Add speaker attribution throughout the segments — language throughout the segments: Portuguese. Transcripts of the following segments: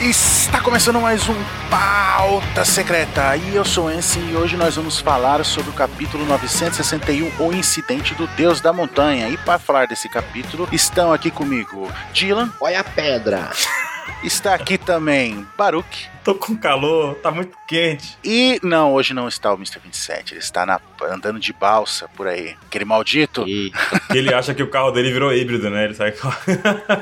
Speaker 1: Está começando mais um Pauta Secreta e eu sou o Ensi e hoje nós vamos falar sobre o capítulo 961, O Incidente do Deus da Montanha. E para falar desse capítulo, estão aqui comigo Dylan,
Speaker 2: Olha a pedra.
Speaker 1: está aqui também Baruch
Speaker 3: Tô com calor, tá muito quente.
Speaker 1: e não, hoje não está o Mr. 27, ele está na- andando de balsa por aí. Aquele maldito?
Speaker 2: E
Speaker 3: E ele acha que o carro dele virou híbrido, né? Ele sai com...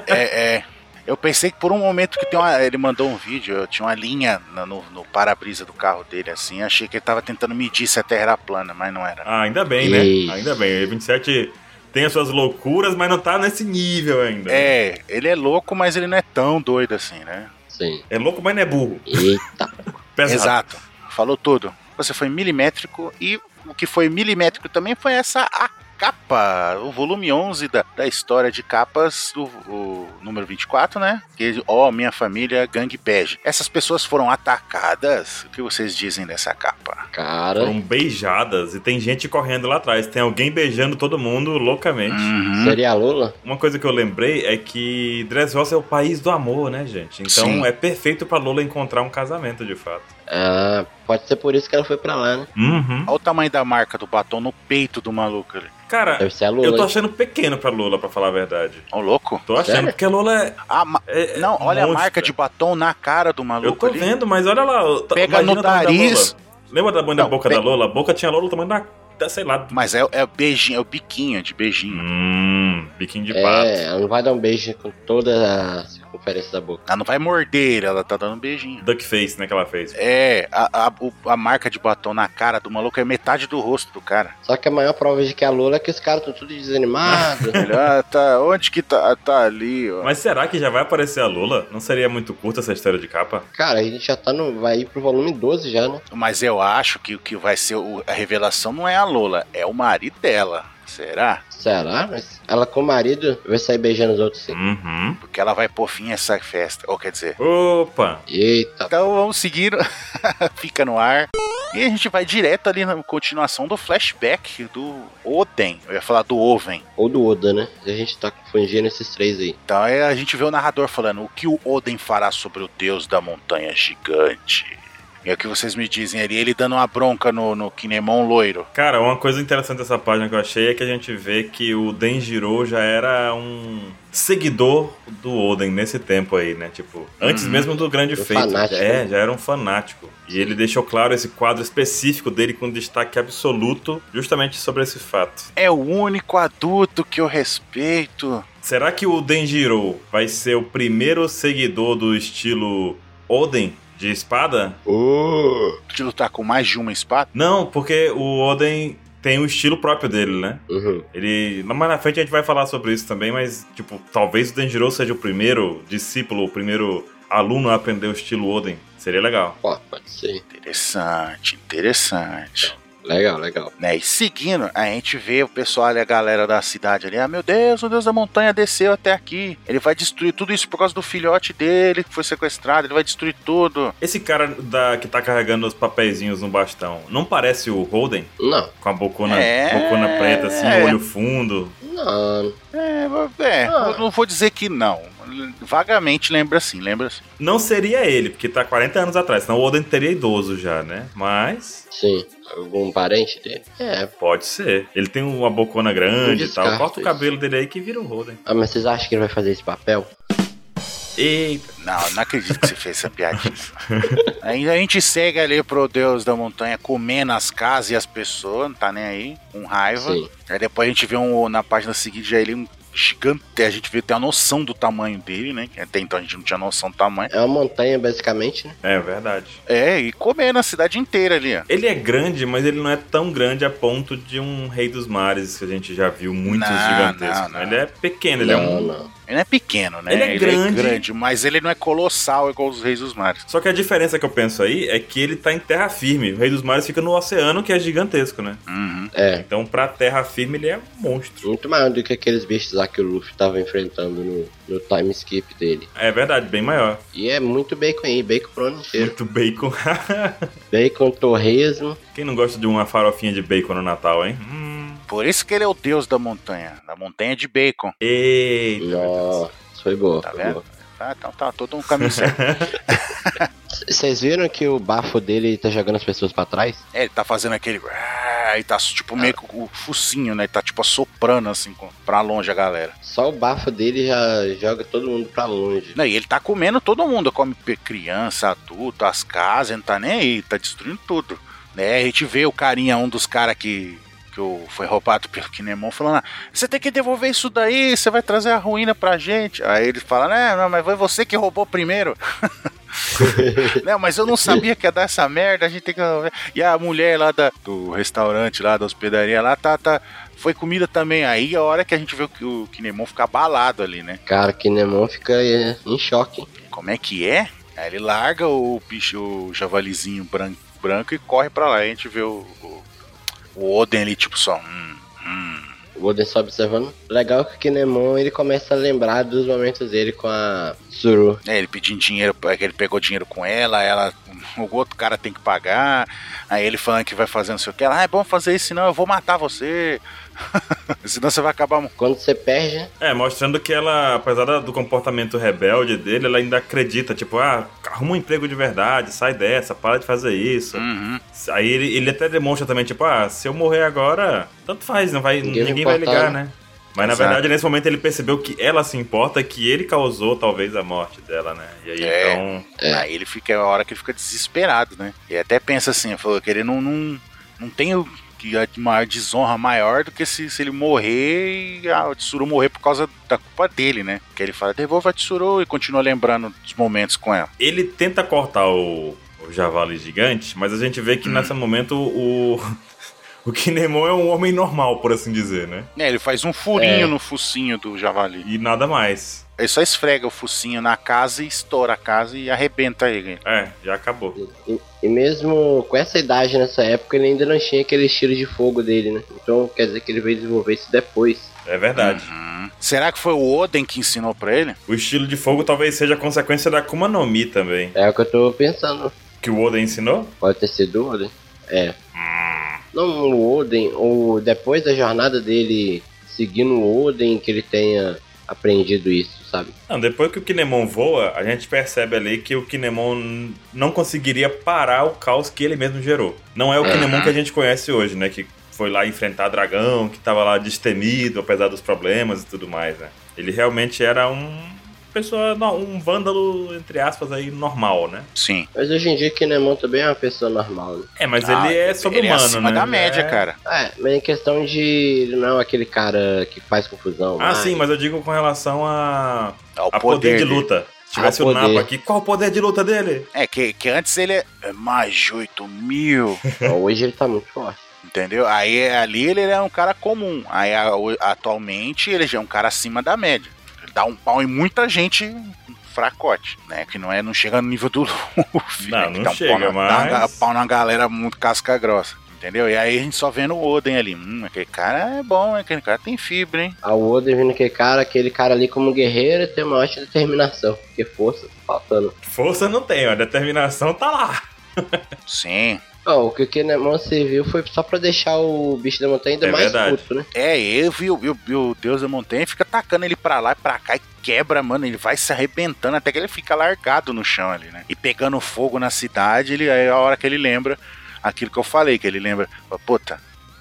Speaker 1: É, é. Eu pensei que por um momento que tem uma- ele mandou um vídeo, eu tinha uma linha na- no, no para-brisa do carro dele, assim, achei que ele tava tentando medir se a terra era plana, mas não era.
Speaker 3: Ah, ainda bem, né?
Speaker 2: Ih.
Speaker 3: Ainda bem. O 27 tem as suas loucuras, mas não tá nesse nível ainda.
Speaker 1: É, ele é louco, mas ele não é tão doido assim, né?
Speaker 2: sim.
Speaker 3: É louco, mas não é burro.
Speaker 2: Eita.
Speaker 3: Pesado.
Speaker 1: Exato. Falou tudo. Você foi milimétrico e o que foi milimétrico também foi essa a capa, o volume 11 da, da história de capas, o, o número 24, né? Que, ó, minha família, gangue bege. Essas pessoas foram atacadas. O que vocês dizem dessa capa?
Speaker 2: Cara.
Speaker 3: Foram beijadas e tem gente correndo lá atrás. Tem alguém beijando todo mundo loucamente.
Speaker 1: Uhum.
Speaker 2: Seria a Lula?
Speaker 3: Uma coisa que eu lembrei é que Dressrosa é o país do amor, né, gente? Então
Speaker 1: Sim.
Speaker 3: é perfeito pra Lola encontrar um casamento, de fato.
Speaker 2: Ah, pode ser por isso que ela foi pra lá, né?
Speaker 3: Uhum.
Speaker 1: Olha o tamanho da marca do batom no peito do maluco ali.
Speaker 3: Cara,
Speaker 2: Deve ser a Lula.
Speaker 3: eu tô
Speaker 2: hein?
Speaker 3: achando pequeno pra Lola, pra falar a verdade.
Speaker 1: Ô, louco.
Speaker 3: Tô achando,
Speaker 2: Sério?
Speaker 3: porque a Lola é.
Speaker 1: Ah, ma-
Speaker 3: é- é
Speaker 1: Não, olha a
Speaker 3: monstra.
Speaker 1: marca de batom na cara do maluco
Speaker 3: Eu tô
Speaker 1: ali.
Speaker 3: vendo, mas olha lá. eu tô-
Speaker 1: Pega
Speaker 3: imagina
Speaker 1: no
Speaker 3: o tamanho da
Speaker 1: nariz.
Speaker 3: Lola. Lembra da mãe da
Speaker 1: Não,
Speaker 3: boca
Speaker 1: pe-
Speaker 3: da Lola? A boca tinha Lola o tamanho da, da sei lá. do-
Speaker 1: Mas é, é beijinho, é o biquinho de beijinho.
Speaker 3: Hum, biquinho de pato.
Speaker 2: É, ela não vai dar um beijo com toda a circunferência da boca.
Speaker 1: Ela não vai morder, ela tá dando um beijinho.
Speaker 3: Duckface, né, que ela fez.
Speaker 1: É, a, a, o- a marca de batom na cara do maluco é metade do rosto do cara.
Speaker 2: Só que a maior prova de que a Lula é que os caras estão tudo desanimados.
Speaker 1: Ele, ah, tá, onde que tá? Tá ali, ó.
Speaker 3: Mas será que já vai aparecer a Lola? Não seria muito curta essa história de capa?
Speaker 2: Cara, a gente já tá no. Vai ir pro volume 12 já, né?
Speaker 1: Mas eu acho que o que vai ser o- a revelação não é a Lola, é o marido dela. Será?
Speaker 2: Será? Mas ela com o marido vai sair beijando os outros sim.
Speaker 3: Uhum.
Speaker 1: Porque ela vai pôr fim a essa festa. Ou quer dizer.
Speaker 3: Opa!
Speaker 2: Eita.
Speaker 1: Então vamos seguir. Fica no ar. E a gente vai direto ali na continuação do flashback do Oden. Eu ia falar do Oven.
Speaker 2: Ou do Oda, né? A gente tá confundindo esses três aí.
Speaker 1: Então aí a gente vê o narrador falando o que o Oden fará sobre o deus da montanha gigante. E é o que vocês me dizem ali, ele dando uma bronca no, no Kinemon loiro.
Speaker 3: Cara, uma coisa interessante dessa página que eu achei é que a gente vê que o Denjiro já era um seguidor do Oden nesse tempo aí, né? Tipo, antes
Speaker 1: Uhum.
Speaker 3: mesmo do grande
Speaker 2: Do
Speaker 3: feito.
Speaker 2: fanático.
Speaker 3: É, já era um fanático. E ele deixou claro esse quadro específico dele com destaque absoluto justamente sobre esse fato.
Speaker 1: É o único adulto que eu respeito.
Speaker 3: Será que o Denjiro vai ser o primeiro seguidor do estilo Oden de espada?
Speaker 2: Uh.
Speaker 1: De lutar com mais de uma espada?
Speaker 3: Não, porque o Oden tem um estilo próprio dele, né?
Speaker 2: Uhum.
Speaker 3: Ele. Mais na frente a gente vai falar sobre isso também, mas, tipo, talvez o Denjiro seja o primeiro discípulo, o primeiro aluno a aprender o estilo Oden. Seria legal.
Speaker 2: Ó, pode ser.
Speaker 1: Interessante, interessante.
Speaker 2: Legal, legal.
Speaker 1: Né? E seguindo, a gente vê o pessoal ali, a galera da cidade ali. Ah, meu Deus, o deus da montanha desceu até aqui. Ele vai destruir tudo isso por causa do filhote dele que foi sequestrado. Ele vai destruir tudo.
Speaker 3: Esse cara da, que tá carregando os papeizinhos no bastão, não parece o Holden?
Speaker 2: Não,
Speaker 3: Com a bocona,
Speaker 1: É.
Speaker 3: bocona preta, assim,
Speaker 1: É.
Speaker 3: olho fundo.
Speaker 2: não.
Speaker 1: É, é
Speaker 2: Ah.
Speaker 1: eu não vou dizer que não. Vagamente lembra assim, lembra assim.
Speaker 3: Não seria ele, porque tá 40 anos atrás, senão o Oden teria idoso já, né? Mas.
Speaker 2: Sim. Algum parente dele? É.
Speaker 3: Pode ser. Ele tem uma bocona grande e tal.
Speaker 2: descarto
Speaker 3: Corta o
Speaker 2: isso.
Speaker 3: cabelo dele aí que vira o Holden.
Speaker 2: Ah, mas vocês acham que ele vai fazer esse papel?
Speaker 3: Eita.
Speaker 1: Não, não acredito que você fez essa piadinha. Aí a gente segue ali pro Deus da Montanha comendo as casas e as pessoas, não tá nem aí, com raiva.
Speaker 2: Sim.
Speaker 1: Aí depois a gente vê um, na página seguinte já ele um gigante, a gente vê tem a noção do tamanho dele, né? Que Até então a gente não tinha noção do tamanho.
Speaker 2: É uma montanha, basicamente, né?
Speaker 3: É verdade.
Speaker 1: É, e comendo a cidade inteira ali, ó.
Speaker 3: Ele é grande, mas ele não é tão grande a ponto de um Rei dos Mares que a gente já viu muitos
Speaker 1: Não,
Speaker 3: gigantescos.
Speaker 1: não, não.
Speaker 3: Ele é pequeno, ele é
Speaker 2: não,
Speaker 3: um
Speaker 2: não.
Speaker 1: Ele não é pequeno, né?
Speaker 3: Ele é grande.
Speaker 1: mas ele não é colossal igual os Reis dos Mares.
Speaker 3: Só que a diferença que eu penso aí é que ele tá em terra firme. O Rei dos Mares fica no oceano, que é gigantesco, né?
Speaker 1: Uhum.
Speaker 2: É,
Speaker 3: Então, pra terra firme, ele é um monstro.
Speaker 2: muito maior do que aqueles bichos lá que o Luffy tava enfrentando no, no time skip dele.
Speaker 3: É verdade, bem maior.
Speaker 2: E é muito bacon aí, bacon pro ano inteiro.
Speaker 3: Muito bacon.
Speaker 2: Bacon, torresmo.
Speaker 3: Quem não gosta de uma farofinha de bacon no Natal, hein? Hum.
Speaker 1: Por isso que ele é o deus da montanha, da montanha de bacon.
Speaker 3: Eita. meu Deus.
Speaker 2: Nossa, foi boa.
Speaker 1: Tá
Speaker 2: foi
Speaker 1: vendo?
Speaker 2: boa.
Speaker 1: Tá, então tá todo um caminho certo.
Speaker 2: C- Vocês viram que o bafo dele tá jogando as pessoas pra trás?
Speaker 1: É, ele tá fazendo aquele. E tá tipo meio que o focinho, né? Ele tá tipo assoprando assim com- pra longe a galera.
Speaker 2: Só o bafo dele já joga todo mundo pra longe.
Speaker 1: Não, e ele tá comendo todo mundo, come pe- criança, adulto, as casas, ele não tá nem aí, tá destruindo tudo. Né? A gente vê o carinha, um dos caras que, que o- foi roubado pelo Kinemon, falando: "Ah, você tem que devolver isso daí, você vai trazer a ruína pra gente. Aí ele fala: né, não, mas foi você que roubou primeiro. não, mas eu não sabia que ia dar essa merda, a gente tem que resolver. E a mulher lá da- do restaurante, lá da hospedaria, lá tá. tá foi comida também. Aí é a hora que a gente vê o, que- o Kinemon ficar abalado ali, né?
Speaker 2: Cara, o Kinemon fica é, em choque.
Speaker 1: como é que é? Aí ele larga o bicho, o javalizinho branco, branco e corre pra lá. Aí a gente vê o, o, o Oden ali, tipo, só. Hum, hum.
Speaker 2: O Oden só observando. Legal que o Kinemon ele começa a lembrar dos momentos dele com a Suru.
Speaker 1: É, ele pedindo dinheiro, é que ele pegou dinheiro com ela, ela. O outro cara tem que pagar. Aí ele falando que vai fazer não sei o que. Ela, ah, é bom fazer isso, senão eu vou matar você. senão você vai acabar. mu-
Speaker 2: Quando você perde,
Speaker 3: É, mostrando que ela, apesar da- do comportamento rebelde dele, ela ainda acredita, tipo, ah, arruma um emprego de verdade, sai dessa, para de fazer isso.
Speaker 1: Uhum.
Speaker 3: Aí ele, ele até demonstra também, tipo, ah, se eu morrer agora, tanto faz, não vai,
Speaker 2: Ninguém
Speaker 3: ninguém,
Speaker 2: vai
Speaker 3: vai
Speaker 2: importar,
Speaker 3: ligar, né? Mas na
Speaker 1: Exato.
Speaker 3: verdade, nesse momento, ele percebeu que ela se importa, que ele causou talvez a morte dela, né? E aí,
Speaker 1: É.
Speaker 3: então.
Speaker 1: Aí ele fica, é a hora que ele fica desesperado, né? E até pensa assim, falou que ele não, não, não tem o- que a maior desonra maior do que se, se ele morrer e a Tsuru morrer por causa da culpa dele, né? Que ele fala, devolva a Tsuru e continua lembrando dos momentos com ela.
Speaker 3: Ele tenta cortar o, o javali gigante, mas a gente vê que nesse momento o. O Kinemon é um homem normal, por assim dizer, né?
Speaker 1: É, ele faz um furinho
Speaker 2: É.
Speaker 1: no focinho do javali.
Speaker 3: E nada mais.
Speaker 1: Ele só esfrega o focinho na casa e estoura a casa e arrebenta ele.
Speaker 3: É, já acabou.
Speaker 2: E, e mesmo com essa idade nessa época, ele ainda não tinha aquele estilo de fogo dele, né? Então quer dizer que ele veio desenvolver isso depois.
Speaker 3: É verdade.
Speaker 1: Uhum. Será que foi o Oden que ensinou pra ele?
Speaker 3: O estilo de fogo talvez seja consequência da Akuma no Mi também.
Speaker 2: É o que eu tô pensando.
Speaker 3: Que o Oda ensinou?
Speaker 2: Pode ter sido o Oden. É. Não o Oden, ou depois da jornada dele seguindo o Oden, que ele tenha aprendido isso, sabe?
Speaker 3: Não, depois que o Kinemon voa, a gente percebe ali que o Kinemon n- não conseguiria parar o caos que ele mesmo gerou. Não é o Kinemon que a gente conhece hoje, né? Que foi lá enfrentar dragão, que tava lá destemido, apesar dos problemas e tudo mais, né? Ele realmente era um pessoa, não, um vândalo, entre aspas, aí, normal, né?
Speaker 1: Sim.
Speaker 2: Mas hoje em dia o Kinemon também é uma pessoa normal, né?
Speaker 3: É, mas
Speaker 1: Ah,
Speaker 3: ele é
Speaker 1: ele é
Speaker 3: sobre-humano,
Speaker 1: acima
Speaker 3: né?
Speaker 1: da
Speaker 3: Ele
Speaker 1: média,
Speaker 3: é-
Speaker 1: cara.
Speaker 2: É, mas em questão de. Ele não é aquele cara que faz confusão.
Speaker 3: Ah,
Speaker 2: mas-
Speaker 3: sim, mas eu digo com relação a
Speaker 1: É o
Speaker 3: a poder, de
Speaker 1: dele.
Speaker 3: luta. Se tivesse
Speaker 2: Ah,
Speaker 3: o
Speaker 2: poder.
Speaker 3: Napa aqui, qual o poder de luta dele?
Speaker 1: É, que, que antes ele é é mais de 8 mil,
Speaker 2: Hoje ele tá muito forte.
Speaker 1: entendeu? Aí ali ele é um cara comum. Aí a- o- atualmente ele já é um cara acima da média. Ele dá um pau em muita gente fracote, né? Que não é, não chega no nível do Luffy.
Speaker 3: Não,
Speaker 1: né? Que
Speaker 3: não
Speaker 1: dá um
Speaker 3: chega,
Speaker 1: pau na, dá um ga-
Speaker 3: mas-
Speaker 1: pau na galera muito casca grossa. Entendeu? E aí a gente só vendo o Oden ali. Hum, aquele cara é bom, hein? aquele cara tem fibra, hein?
Speaker 2: A Oden vindo aquele cara, aquele cara ali como guerreiro tem uma ótima determinação. Porque força tá faltando.
Speaker 3: Força não tem, ó. a determinação tá lá.
Speaker 1: Sim.
Speaker 2: Ó, o que o Kinemon serviu foi só pra deixar o bicho da montanha ainda
Speaker 3: É
Speaker 2: mais
Speaker 3: verdade.
Speaker 2: puto, né?
Speaker 1: É, eu vi, o- vi, o- vi o Deus da Montanha fica tacando ele pra lá e pra cá e quebra, mano. Ele vai se arrebentando até que ele fica largado no chão ali, né? E pegando fogo na cidade, ele, aí é a hora que ele lembra aquilo que eu falei, que ele lembra, fala, puta,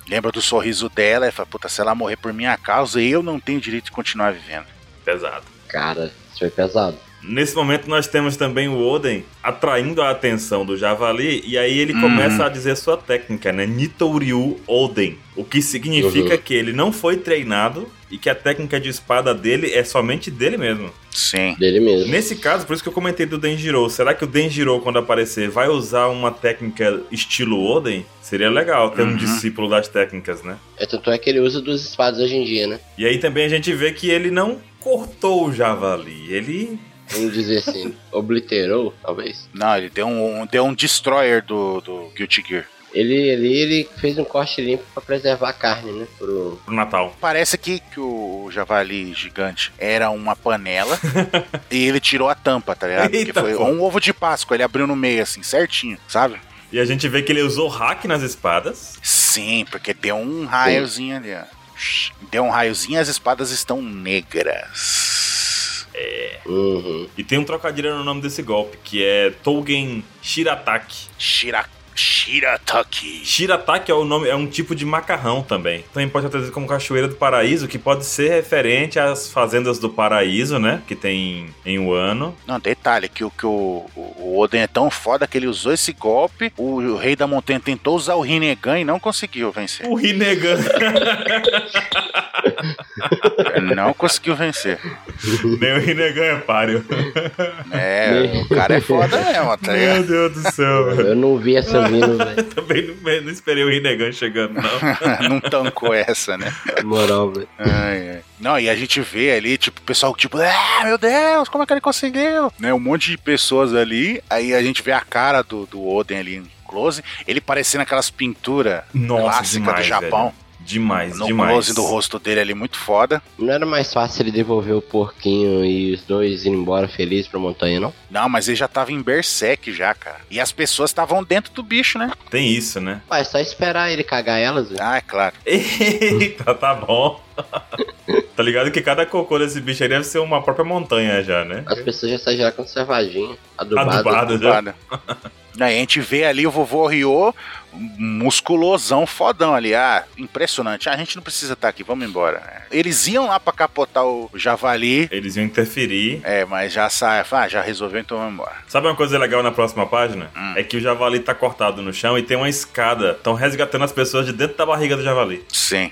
Speaker 1: lembra do sorriso dela, e fala, puta, se ela morrer por minha causa, eu não tenho direito de continuar vivendo.
Speaker 3: Pesado.
Speaker 2: Cara, isso foi pesado.
Speaker 3: Nesse momento nós temos também o Oden atraindo a atenção do Javali e aí ele começa a dizer sua técnica, né? Nitoryu Oden. O que significa
Speaker 2: Uhum.
Speaker 3: que ele não foi treinado e que a técnica de espada dele é somente dele mesmo.
Speaker 1: Sim.
Speaker 2: Dele mesmo.
Speaker 3: Nesse caso, por isso que eu comentei do Denjiro. Será que o Denjiro, quando aparecer, vai usar uma técnica estilo Oden? Seria legal ter um
Speaker 1: Uhum.
Speaker 3: discípulo das técnicas, né?
Speaker 2: É, tanto é que ele usa duas espadas hoje em dia, né?
Speaker 3: E aí também a gente vê que ele não cortou o javali, ele
Speaker 2: Vamos dizer assim, obliterou, talvez.
Speaker 1: Não, ele deu um, deu um destroyer do, do Guilty Gear.
Speaker 2: Ele, ele, ele fez um corte limpo pra preservar a carne, né? Pro...
Speaker 3: pro Natal.
Speaker 1: Parece aqui que o javali gigante era uma panela e ele tirou a tampa, tá ligado? Porque
Speaker 3: Eita,
Speaker 1: foi
Speaker 3: pô.
Speaker 1: um ovo de Páscoa, ele abriu no meio assim, certinho, sabe?
Speaker 3: E a gente vê que ele usou hack nas espadas.
Speaker 1: Sim, porque deu um raiozinho ali, ó. Shhh, Deu um raiozinho e as espadas estão negras.
Speaker 3: É.
Speaker 2: Uhum.
Speaker 3: E tem um trocadilho no nome desse golpe, que é Tougen Shirataki.
Speaker 1: Shira, Shirataki.
Speaker 3: Shirataki é, o nome, é um tipo de macarrão também. Também pode ser traduzido como Cachoeira do Paraíso, que pode ser referente às fazendas do paraíso, né? Que tem em um Wano.
Speaker 1: Não, detalhe, que, o- que o, o Oden é tão foda que ele usou esse golpe, o, o Rei da Montanha tentou usar o Rinnegan e não conseguiu vencer.
Speaker 3: O Rinnegan.
Speaker 1: não conseguiu vencer.
Speaker 3: Nem o Rinnegan é páreo.
Speaker 1: É, o cara é foda mesmo, tá ligado?
Speaker 3: Meu Deus do céu, velho.
Speaker 2: Eu não vi essa vindo, velho.
Speaker 3: Eu também não, não esperei o Rinnegan chegando, não.
Speaker 1: não tancou essa, né?
Speaker 2: Na Moral, velho.
Speaker 1: Ai, ai. Não, e a gente vê ali, tipo, o pessoal, tipo, ah, meu Deus, como é que ele conseguiu? Né, um monte de pessoas ali, aí a gente vê a cara do, do Oden ali em close, ele parecendo aquelas pinturas
Speaker 3: Nossa,
Speaker 1: clássicas
Speaker 3: demais,
Speaker 1: do Japão,
Speaker 3: velho. Demais,
Speaker 1: no
Speaker 3: demais.
Speaker 1: close do rosto dele ali, muito foda.
Speaker 2: Não era mais fácil ele devolver o porquinho e os dois irem embora felizes pra montanha, não?
Speaker 1: Não, mas ele já tava em Berserk já, cara. E as pessoas estavam dentro do bicho, né?
Speaker 3: Tem isso, né?
Speaker 2: Pai, é só esperar ele cagar elas, velho.
Speaker 1: Ah, é claro.
Speaker 3: Eita, tá bom. tá ligado que cada cocô desse bicho aí deve ser uma própria montanha já, né?
Speaker 2: As pessoas já saem já conservadinhas, adubadas.
Speaker 3: Adubado já.
Speaker 1: Foda. Aí Né, a gente vê ali o vovô Ryo, musculosão, fodão ali. Ah, impressionante. Ah, a gente não precisa estar aqui, vamos embora. Eles iam lá pra capotar o javali.
Speaker 3: Eles iam interferir.
Speaker 1: É, mas já sai, ah, já resolveu, então vamos embora.
Speaker 3: Sabe uma coisa legal na próxima página?
Speaker 1: Hum.
Speaker 3: É que o javali tá cortado no chão e tem uma escada. Estão resgatando as pessoas de dentro da barriga do javali.
Speaker 1: Sim.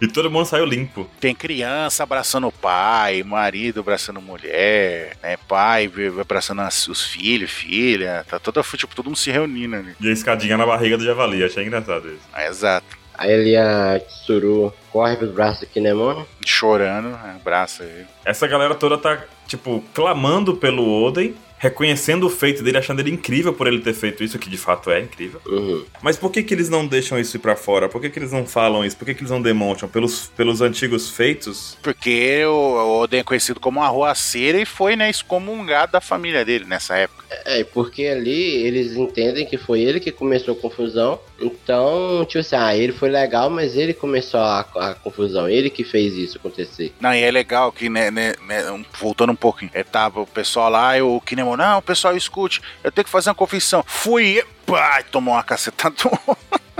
Speaker 3: E todo mundo saiu limpo.
Speaker 1: Tem criança abraçando o pai, marido abraçando mulher, né? Pai abraçando as- os filhos, filha. Tá toda, tipo, todo mundo se reunindo ali.
Speaker 3: E a escadinha na barriga do javali. Achei engraçado isso.
Speaker 1: Ah, Exato.
Speaker 2: Aí ele a Tsuru corre pros braços do Kinemon.
Speaker 1: chorando, abraça ele.
Speaker 3: Essa galera toda tá, tipo, clamando pelo Oden, reconhecendo o feito dele, achando ele incrível por ele ter feito isso, que de fato é incrível.
Speaker 2: Uhum.
Speaker 3: Mas por que, que eles não deixam isso ir pra fora? Por que, que eles não falam isso? Por que, que eles não demonstram? Pelos, pelos antigos feitos?
Speaker 1: Porque o Oden é conhecido como um arruaceiro e foi, né, excomungado da família dele nessa época.
Speaker 2: É, e porque ali eles entendem que foi ele que começou a confusão. Então, tipo assim, ah, ele foi legal, mas ele começou a, a confusão. Ele que fez isso acontecer.
Speaker 1: Não, e é legal que, né, né, né, um- voltando um pouquinho, é, tava o pessoal lá e o Kinemon, não, pessoal, escute, eu tenho que fazer uma confissão. Fui eu. Pai, tomou uma cacetada.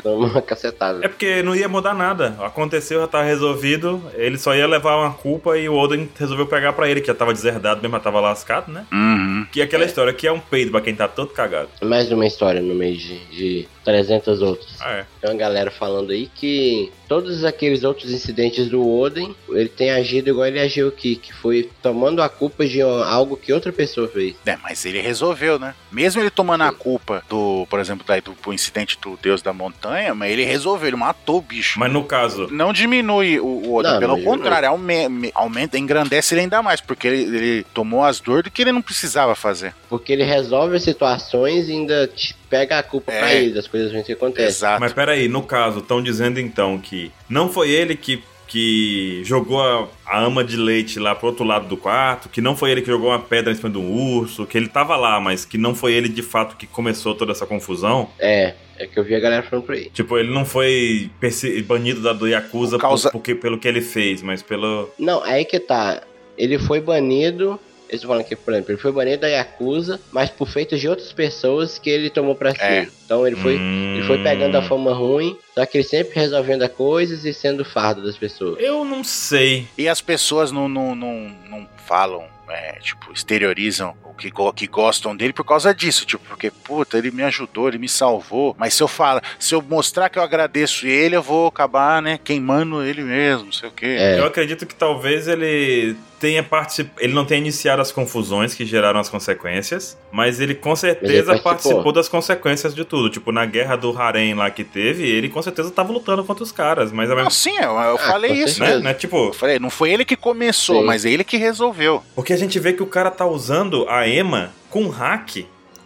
Speaker 2: Toma uma cacetada.
Speaker 3: É porque não ia mudar nada. Aconteceu, já tava resolvido. Ele só ia levar uma culpa e o Oden resolveu pegar pra ele, que já tava deserdado mesmo, já tava lascado, né?
Speaker 1: Uhum.
Speaker 3: Que é aquela história que é um peido pra quem tá todo cagado.
Speaker 2: Mais uma história no meio de, de 300 outras.
Speaker 3: Ah, é.
Speaker 2: Tem uma galera falando aí que todos aqueles outros incidentes do Oden, ele tem agido igual ele agiu aqui, que foi tomando a culpa de algo que outra pessoa fez.
Speaker 1: É, mas ele resolveu, né? Mesmo ele tomando a culpa do, por exemplo, daí do, do incidente do Deus da Montanha, mas ele resolveu, ele matou o bicho.
Speaker 3: Mas no caso,
Speaker 1: não diminui o, o Oda,
Speaker 2: Não,
Speaker 1: pelo
Speaker 2: não
Speaker 1: contrário, aume- me- aumenta, engrandece ele ainda mais, porque ele, ele tomou as dores do que ele não precisava fazer.
Speaker 2: Porque ele resolve as situações e ainda te pega a culpa
Speaker 1: É.
Speaker 2: pra ele das coisas ruins que acontecem.
Speaker 1: Exato.
Speaker 3: Mas peraí, no caso, estão dizendo então que não foi ele que, que jogou a, a ama de leite lá pro outro lado do quarto, que não foi ele que jogou uma pedra em cima de um urso, que ele tava lá, mas que não foi ele de fato que começou toda essa confusão.
Speaker 2: É, é que eu vi a galera falando por aí.
Speaker 3: Tipo, ele não foi perse- banido da do Yakuza
Speaker 1: Por causa-
Speaker 3: por- porque, pelo que ele fez, mas pelo.
Speaker 2: Não, aí que tá. Ele foi banido. Eles estão falando aqui, por exemplo, ele foi banido da Yakuza, mas por feitos de outras pessoas que ele tomou pra si.
Speaker 1: É.
Speaker 2: Então ele foi.
Speaker 3: Hum.
Speaker 2: Ele foi pegando a fama ruim, só que ele sempre resolvendo as coisas e sendo fardo das pessoas.
Speaker 3: Eu não sei.
Speaker 1: E as pessoas não, não, não, não falam, é, tipo, exteriorizam o que, go- que gostam dele por causa disso, tipo, porque, puta, ele me ajudou, ele me salvou. Mas se eu falar, se eu mostrar que eu agradeço ele, eu vou acabar, né, queimando ele mesmo, não sei o quê.
Speaker 2: É.
Speaker 3: Eu acredito que talvez ele tenha participado. Ele não tenha iniciado as confusões que geraram as consequências, mas ele com certeza
Speaker 2: participou.
Speaker 3: participou. das consequências de tudo. Tipo, na guerra do Harém lá que teve, ele com certeza tava lutando contra os caras, mas ao
Speaker 1: Não,
Speaker 3: mesmo
Speaker 1: sim, eu, eu
Speaker 2: Ah,
Speaker 1: falei
Speaker 2: com
Speaker 1: isso, né?
Speaker 3: né?
Speaker 2: certeza.
Speaker 3: né? Tipo,
Speaker 1: Eu falei, não foi ele que começou,
Speaker 2: Sim.
Speaker 1: mas é ele que resolveu.
Speaker 3: porque a gente vê que o cara tá usando a Ema com um hack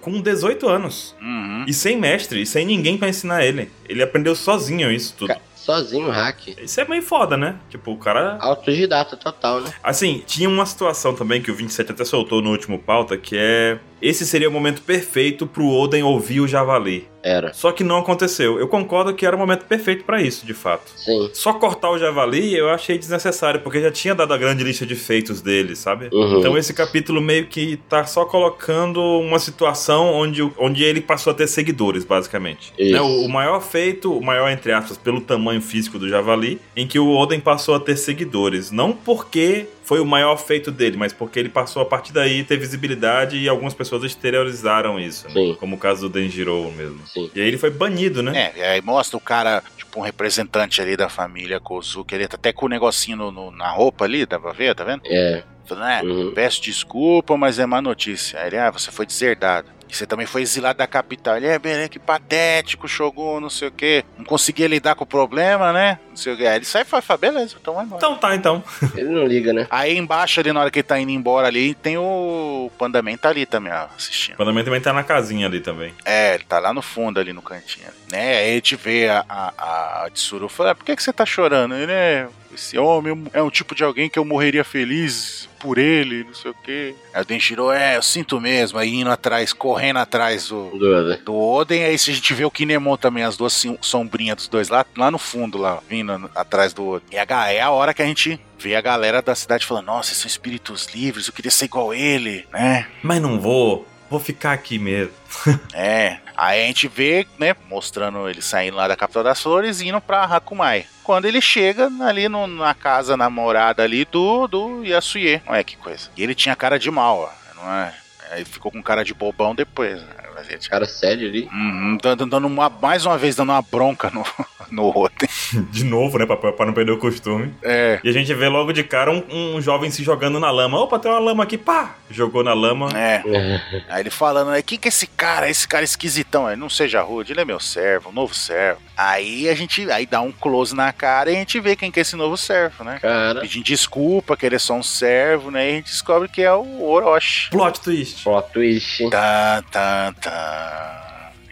Speaker 3: com 18 anos.
Speaker 1: Uhum.
Speaker 3: E sem mestre, e sem ninguém pra ensinar ele. Ele aprendeu sozinho isso tudo.
Speaker 2: Sozinho, hack.
Speaker 3: Isso é meio foda, né? Tipo, o cara
Speaker 2: Autodidata total, né?
Speaker 3: Assim, tinha uma situação também que o 27 até soltou no último pauta, que é. Esse seria o momento perfeito pro Oden ouvir o Javali.
Speaker 2: Era.
Speaker 3: Só que não aconteceu. Eu concordo que era o momento perfeito pra isso, de fato.
Speaker 2: Sim.
Speaker 3: Só cortar o Javali eu achei desnecessário, porque já tinha dado a grande lista de feitos dele, sabe?
Speaker 2: Uhum.
Speaker 3: Então esse capítulo meio que tá só colocando uma situação onde, o- onde ele passou a ter seguidores, basicamente.
Speaker 2: Isso.
Speaker 3: Né, O, o maior feito, o maior entre aspas, pelo tamanho físico do Javali, em que o Oden passou a ter seguidores. Não porque foi o maior feito dele, mas porque ele passou a partir daí ter visibilidade e algumas pessoas exteriorizaram isso. né?
Speaker 2: Sim.
Speaker 3: Como o caso do Denjiro mesmo.
Speaker 2: Sim.
Speaker 3: E aí ele foi banido, né?
Speaker 1: É, e aí mostra o cara, tipo, um representante ali da família Kozuki, ele tá até com o negocinho no- no- na roupa ali, dá pra ver, tá vendo?
Speaker 2: É.
Speaker 1: Falando, é,
Speaker 2: Uhum.
Speaker 1: peço desculpa, mas é má notícia. Aí ele, ah, você foi deserdado. E Você também foi exilado da capital. Ele é, Belém, que patético, Shogun, não sei o quê. Não conseguia lidar com o problema, né? Não sei o quê. Aí ele sai e fala, fala, beleza, então vai embora.
Speaker 3: Então tá, então.
Speaker 2: Ele não liga, né?
Speaker 1: Aí embaixo ali, na hora que ele tá indo embora ali, tem o Pandaman tá ali também, ó,
Speaker 3: O
Speaker 1: assistindo.
Speaker 3: Pandaman também tá na casinha ali também.
Speaker 1: É, ele tá lá no fundo ali no cantinho. Né? Aí a gente vê a, a, a Tsuru falar, por que, que você tá chorando? Ele é. Esse homem é um tipo de alguém que eu morreria feliz por ele, não sei o quê. Aí o Denshiro, é, eu sinto mesmo, aí indo atrás, correndo atrás do.
Speaker 2: Duda.
Speaker 1: Do Oden, aí se a gente vê o Kinemon também, as duas sim- sombrinhas dos dois lá, lá no fundo, lá, vindo no- atrás do Oden. E a, ga- é a hora que a gente vê a galera da cidade falando, nossa, esses são espíritos livres, eu queria ser igual ele, né?
Speaker 3: Mas não vou. Vou ficar aqui mesmo.
Speaker 1: É, aí a gente vê, né, mostrando ele saindo lá da capital das flores e indo pra Hakumai. Quando ele chega ali no- na casa namorada ali do, do Yasuye. Olha que coisa. E ele tinha cara de mal, ó. Não é? Aí ficou com cara de bobão depois, né? Mas ele-
Speaker 2: Cara sério ali.
Speaker 1: Uhum, dando, dando uma, mais uma vez dando uma bronca no, no Oden.
Speaker 3: De novo, né? Pra, pra não perder o costume.
Speaker 1: É.
Speaker 3: E a gente vê logo de cara um, um jovem se jogando na lama. Opa, tem uma lama aqui, pá! Jogou na lama.
Speaker 1: É. Aí ele falando, né? Quem que é esse cara? Esse cara esquisitão. Aí, não seja rude, ele é meu servo, um novo servo. Aí a gente aí dá um close na cara e a gente vê quem que é esse novo servo, né?
Speaker 2: Cara.
Speaker 1: pedindo desculpa, que ele é só um servo, né? E a gente descobre que é o Orochi.
Speaker 3: Plot twist.
Speaker 2: Plot twist. O
Speaker 1: Tá, tá, tá.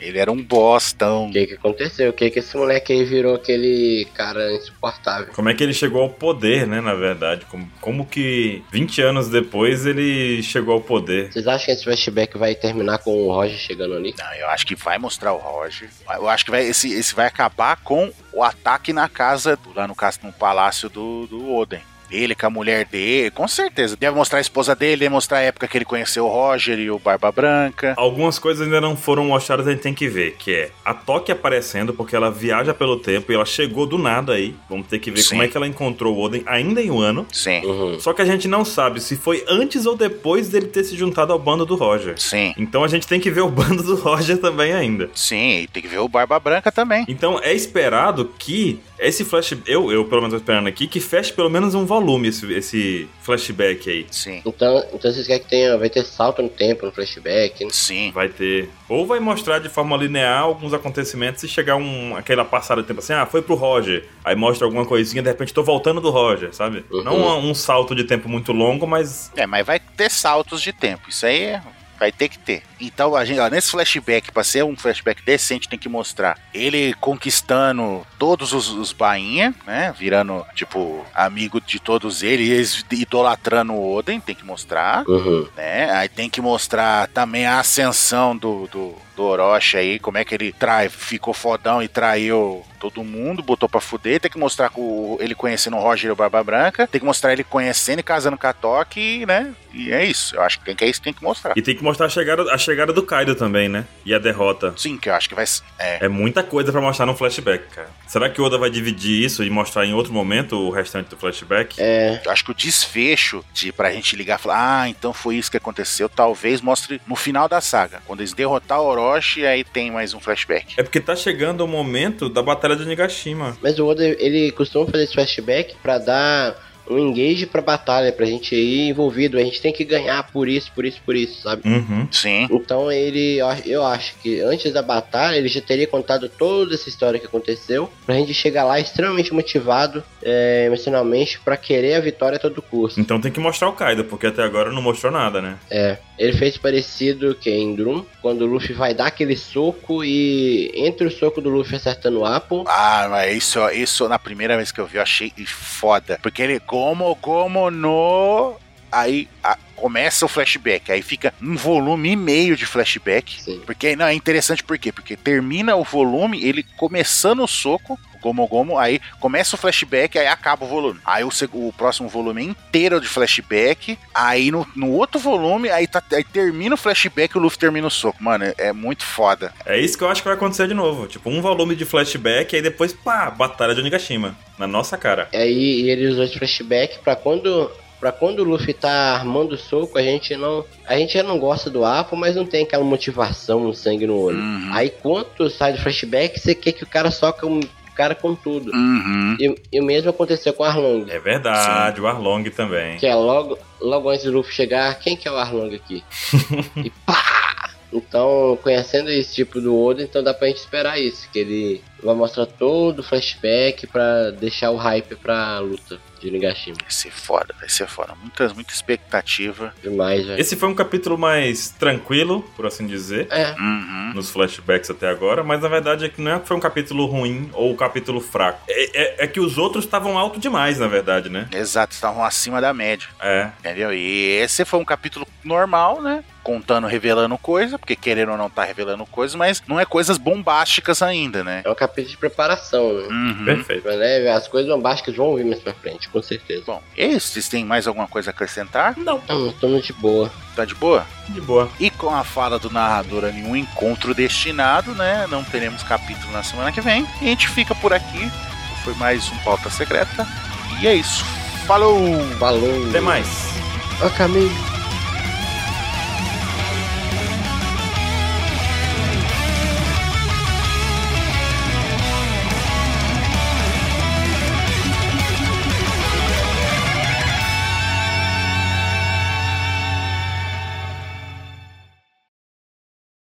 Speaker 1: Ele era um bostão.
Speaker 2: que que aconteceu? O que que esse moleque aí virou aquele cara insuportável?
Speaker 3: Como é que ele chegou ao poder, né? Na verdade, como, como que 20 anos depois ele chegou ao poder?
Speaker 2: Vocês acham que esse flashback vai terminar com o Roger chegando ali?
Speaker 1: Não, eu acho que vai mostrar o Roger. Eu acho que vai, esse, esse vai acabar com o ataque na casa, do- lá no, cas- no palácio do, do Oden. Ele com a mulher dele, com certeza. Deve mostrar a esposa dele, deve mostrar a época que ele conheceu o Roger e o Barba Branca.
Speaker 3: Algumas coisas ainda não foram mostradas, a gente tem que ver, que é a Toque aparecendo, porque ela viaja pelo tempo e ela chegou do nada aí. Vamos ter que ver
Speaker 1: Sim.
Speaker 3: como é que ela encontrou o Oden ainda em um ano.
Speaker 1: Sim,
Speaker 2: Uhum.
Speaker 3: Só que a gente não sabe se foi antes ou depois dele ter se juntado ao bando do Roger.
Speaker 1: sim,
Speaker 3: Então a gente tem que ver o bando do Roger também ainda.
Speaker 1: sim. E tem que ver o Barba Branca também.
Speaker 3: Então é esperado que esse flash. Eu, eu pelo menos tô esperando aqui, que feche pelo menos um volume esse, esse flashback aí.
Speaker 1: Sim,
Speaker 2: Então, então vocês querem que tenha. Vai ter salto no tempo no flashback? né?
Speaker 1: sim.
Speaker 3: Vai ter. Ou vai mostrar de forma linear alguns acontecimentos e chegar um, aquela passada de tempo assim, ah, foi pro Roger. Aí mostra alguma coisinha, de repente tô voltando do Roger, sabe?
Speaker 2: Uhum.
Speaker 3: Não um, um salto de tempo muito longo, mas.
Speaker 1: É, mas vai ter saltos de tempo. Isso aí é- vai ter que ter. Então, a gente, ó, nesse flashback, pra ser um flashback decente, tem que mostrar ele conquistando todos os, os bainha, né? Virando, tipo, amigo de todos eles, eles idolatrando o Oden, tem que mostrar,
Speaker 2: Uhum.
Speaker 1: né? Aí tem que mostrar também a ascensão do, do, do Orochi aí, como é que ele trai, ficou fodão e traiu todo mundo, botou pra fuder. Tem que mostrar com, ele conhecendo o Roger e o Barba Branca. Tem que mostrar ele conhecendo e casando com a Toque, né? E é isso. Eu acho que tem que, é isso que tem que mostrar.
Speaker 3: E tem que mostrar a chegada, a chegada do Kaido também, né? E a derrota.
Speaker 1: Sim, que eu acho que vai. É.
Speaker 3: É muita coisa pra mostrar num flashback, cara. Será que o Oda vai dividir isso e mostrar em outro momento o restante do flashback?
Speaker 2: É.
Speaker 1: Eu acho que o desfecho de pra gente ligar e falar, ah, então foi isso que aconteceu, talvez mostre no final da saga. Quando eles derrotar o Orochi, aí tem mais um flashback.
Speaker 3: É porque tá chegando o momento da Batalha de Nigashima.
Speaker 2: Mas o Oda, ele costuma fazer esse flashback pra dar um engage pra batalha, pra gente ir envolvido. A gente tem que ganhar por isso, por isso, por isso, sabe?
Speaker 3: Uhum.
Speaker 1: Sim.
Speaker 2: Então ele, eu acho que antes da batalha ele já teria contado toda essa história que aconteceu pra gente chegar lá extremamente motivado é, emocionalmente pra querer a vitória a todo custo.
Speaker 3: Então tem que mostrar o Kaido, porque até agora não mostrou nada, né?
Speaker 2: É, ele fez parecido que em Drum, quando o Luffy vai dar aquele soco e entre o soco do Luffy acertando o Apple.
Speaker 1: Ah, mas isso, isso na primeira vez que eu vi eu achei foda, porque ele como, como no aí a, começa o flashback, aí fica um volume e meio de flashback.
Speaker 2: Sim.
Speaker 1: Porque não é interessante por quê? Porque termina o volume, ele começando o soco, o Gomo Gomo, aí começa o flashback, aí acaba o volume. Aí o, seg- o próximo volume é inteiro de flashback, aí no, no outro volume, aí, tá- aí termina o flashback e o Luffy termina o soco. Mano, é, é muito foda.
Speaker 3: É isso que eu acho que vai acontecer de novo. Tipo, um volume de flashback e aí depois, pá, Batalha de Onigashima. Na nossa cara.
Speaker 2: Aí e ele usou esse flashback pra quando. Pra quando o Luffy tá armando o soco, a gente não. A gente já não gosta do Apple, mas não tem aquela motivação, um sangue no olho.
Speaker 1: Uhum.
Speaker 2: Aí quando sai do flashback, você quer que o cara soca um cara com tudo.
Speaker 1: Uhum.
Speaker 2: E, e o mesmo aconteceu com o Arlong.
Speaker 3: É verdade, o Arlong também.
Speaker 2: Que é logo, logo antes do Luffy chegar, quem que é o Arlong aqui? e pá! Então, conhecendo esse tipo do Oda, então dá pra gente esperar isso. Que ele vai mostrar todo o flashback pra deixar o hype pra luta de Nigashima.
Speaker 1: Vai ser foda, vai ser foda. Muitas, muita expectativa.
Speaker 2: Demais, velho.
Speaker 3: Esse foi um capítulo mais tranquilo, por assim dizer.
Speaker 2: É,
Speaker 1: Uhum.
Speaker 3: nos flashbacks até agora, mas na verdade é que não é que foi um capítulo ruim ou um capítulo fraco. É, é- é que os outros estavam alto demais, na verdade, né?
Speaker 1: Exato, estavam acima da média,
Speaker 3: É.
Speaker 1: entendeu? E esse foi um capítulo normal, né? Contando, revelando coisa, porque querendo ou não tá revelando coisa, mas não é coisas bombásticas ainda, né?
Speaker 2: é um capítulo de preparação, né?
Speaker 1: Uhum.
Speaker 3: Perfeito.
Speaker 2: Mas, né, as coisas bombásticas vão vir mais pra frente, com certeza.
Speaker 1: Bom, esse, vocês têm mais alguma coisa a acrescentar?
Speaker 3: Não.
Speaker 2: Então, estamos de boa.
Speaker 1: Tá de boa?
Speaker 3: De boa.
Speaker 1: E com a fala do narrador a nenhum encontro destinado, né? Não teremos capítulo na semana que vem. E a gente fica por aqui. Foi mais um Pauta Secreta. E é isso. Falou!
Speaker 2: Falou!
Speaker 3: Até mais.
Speaker 2: Ó, caminho!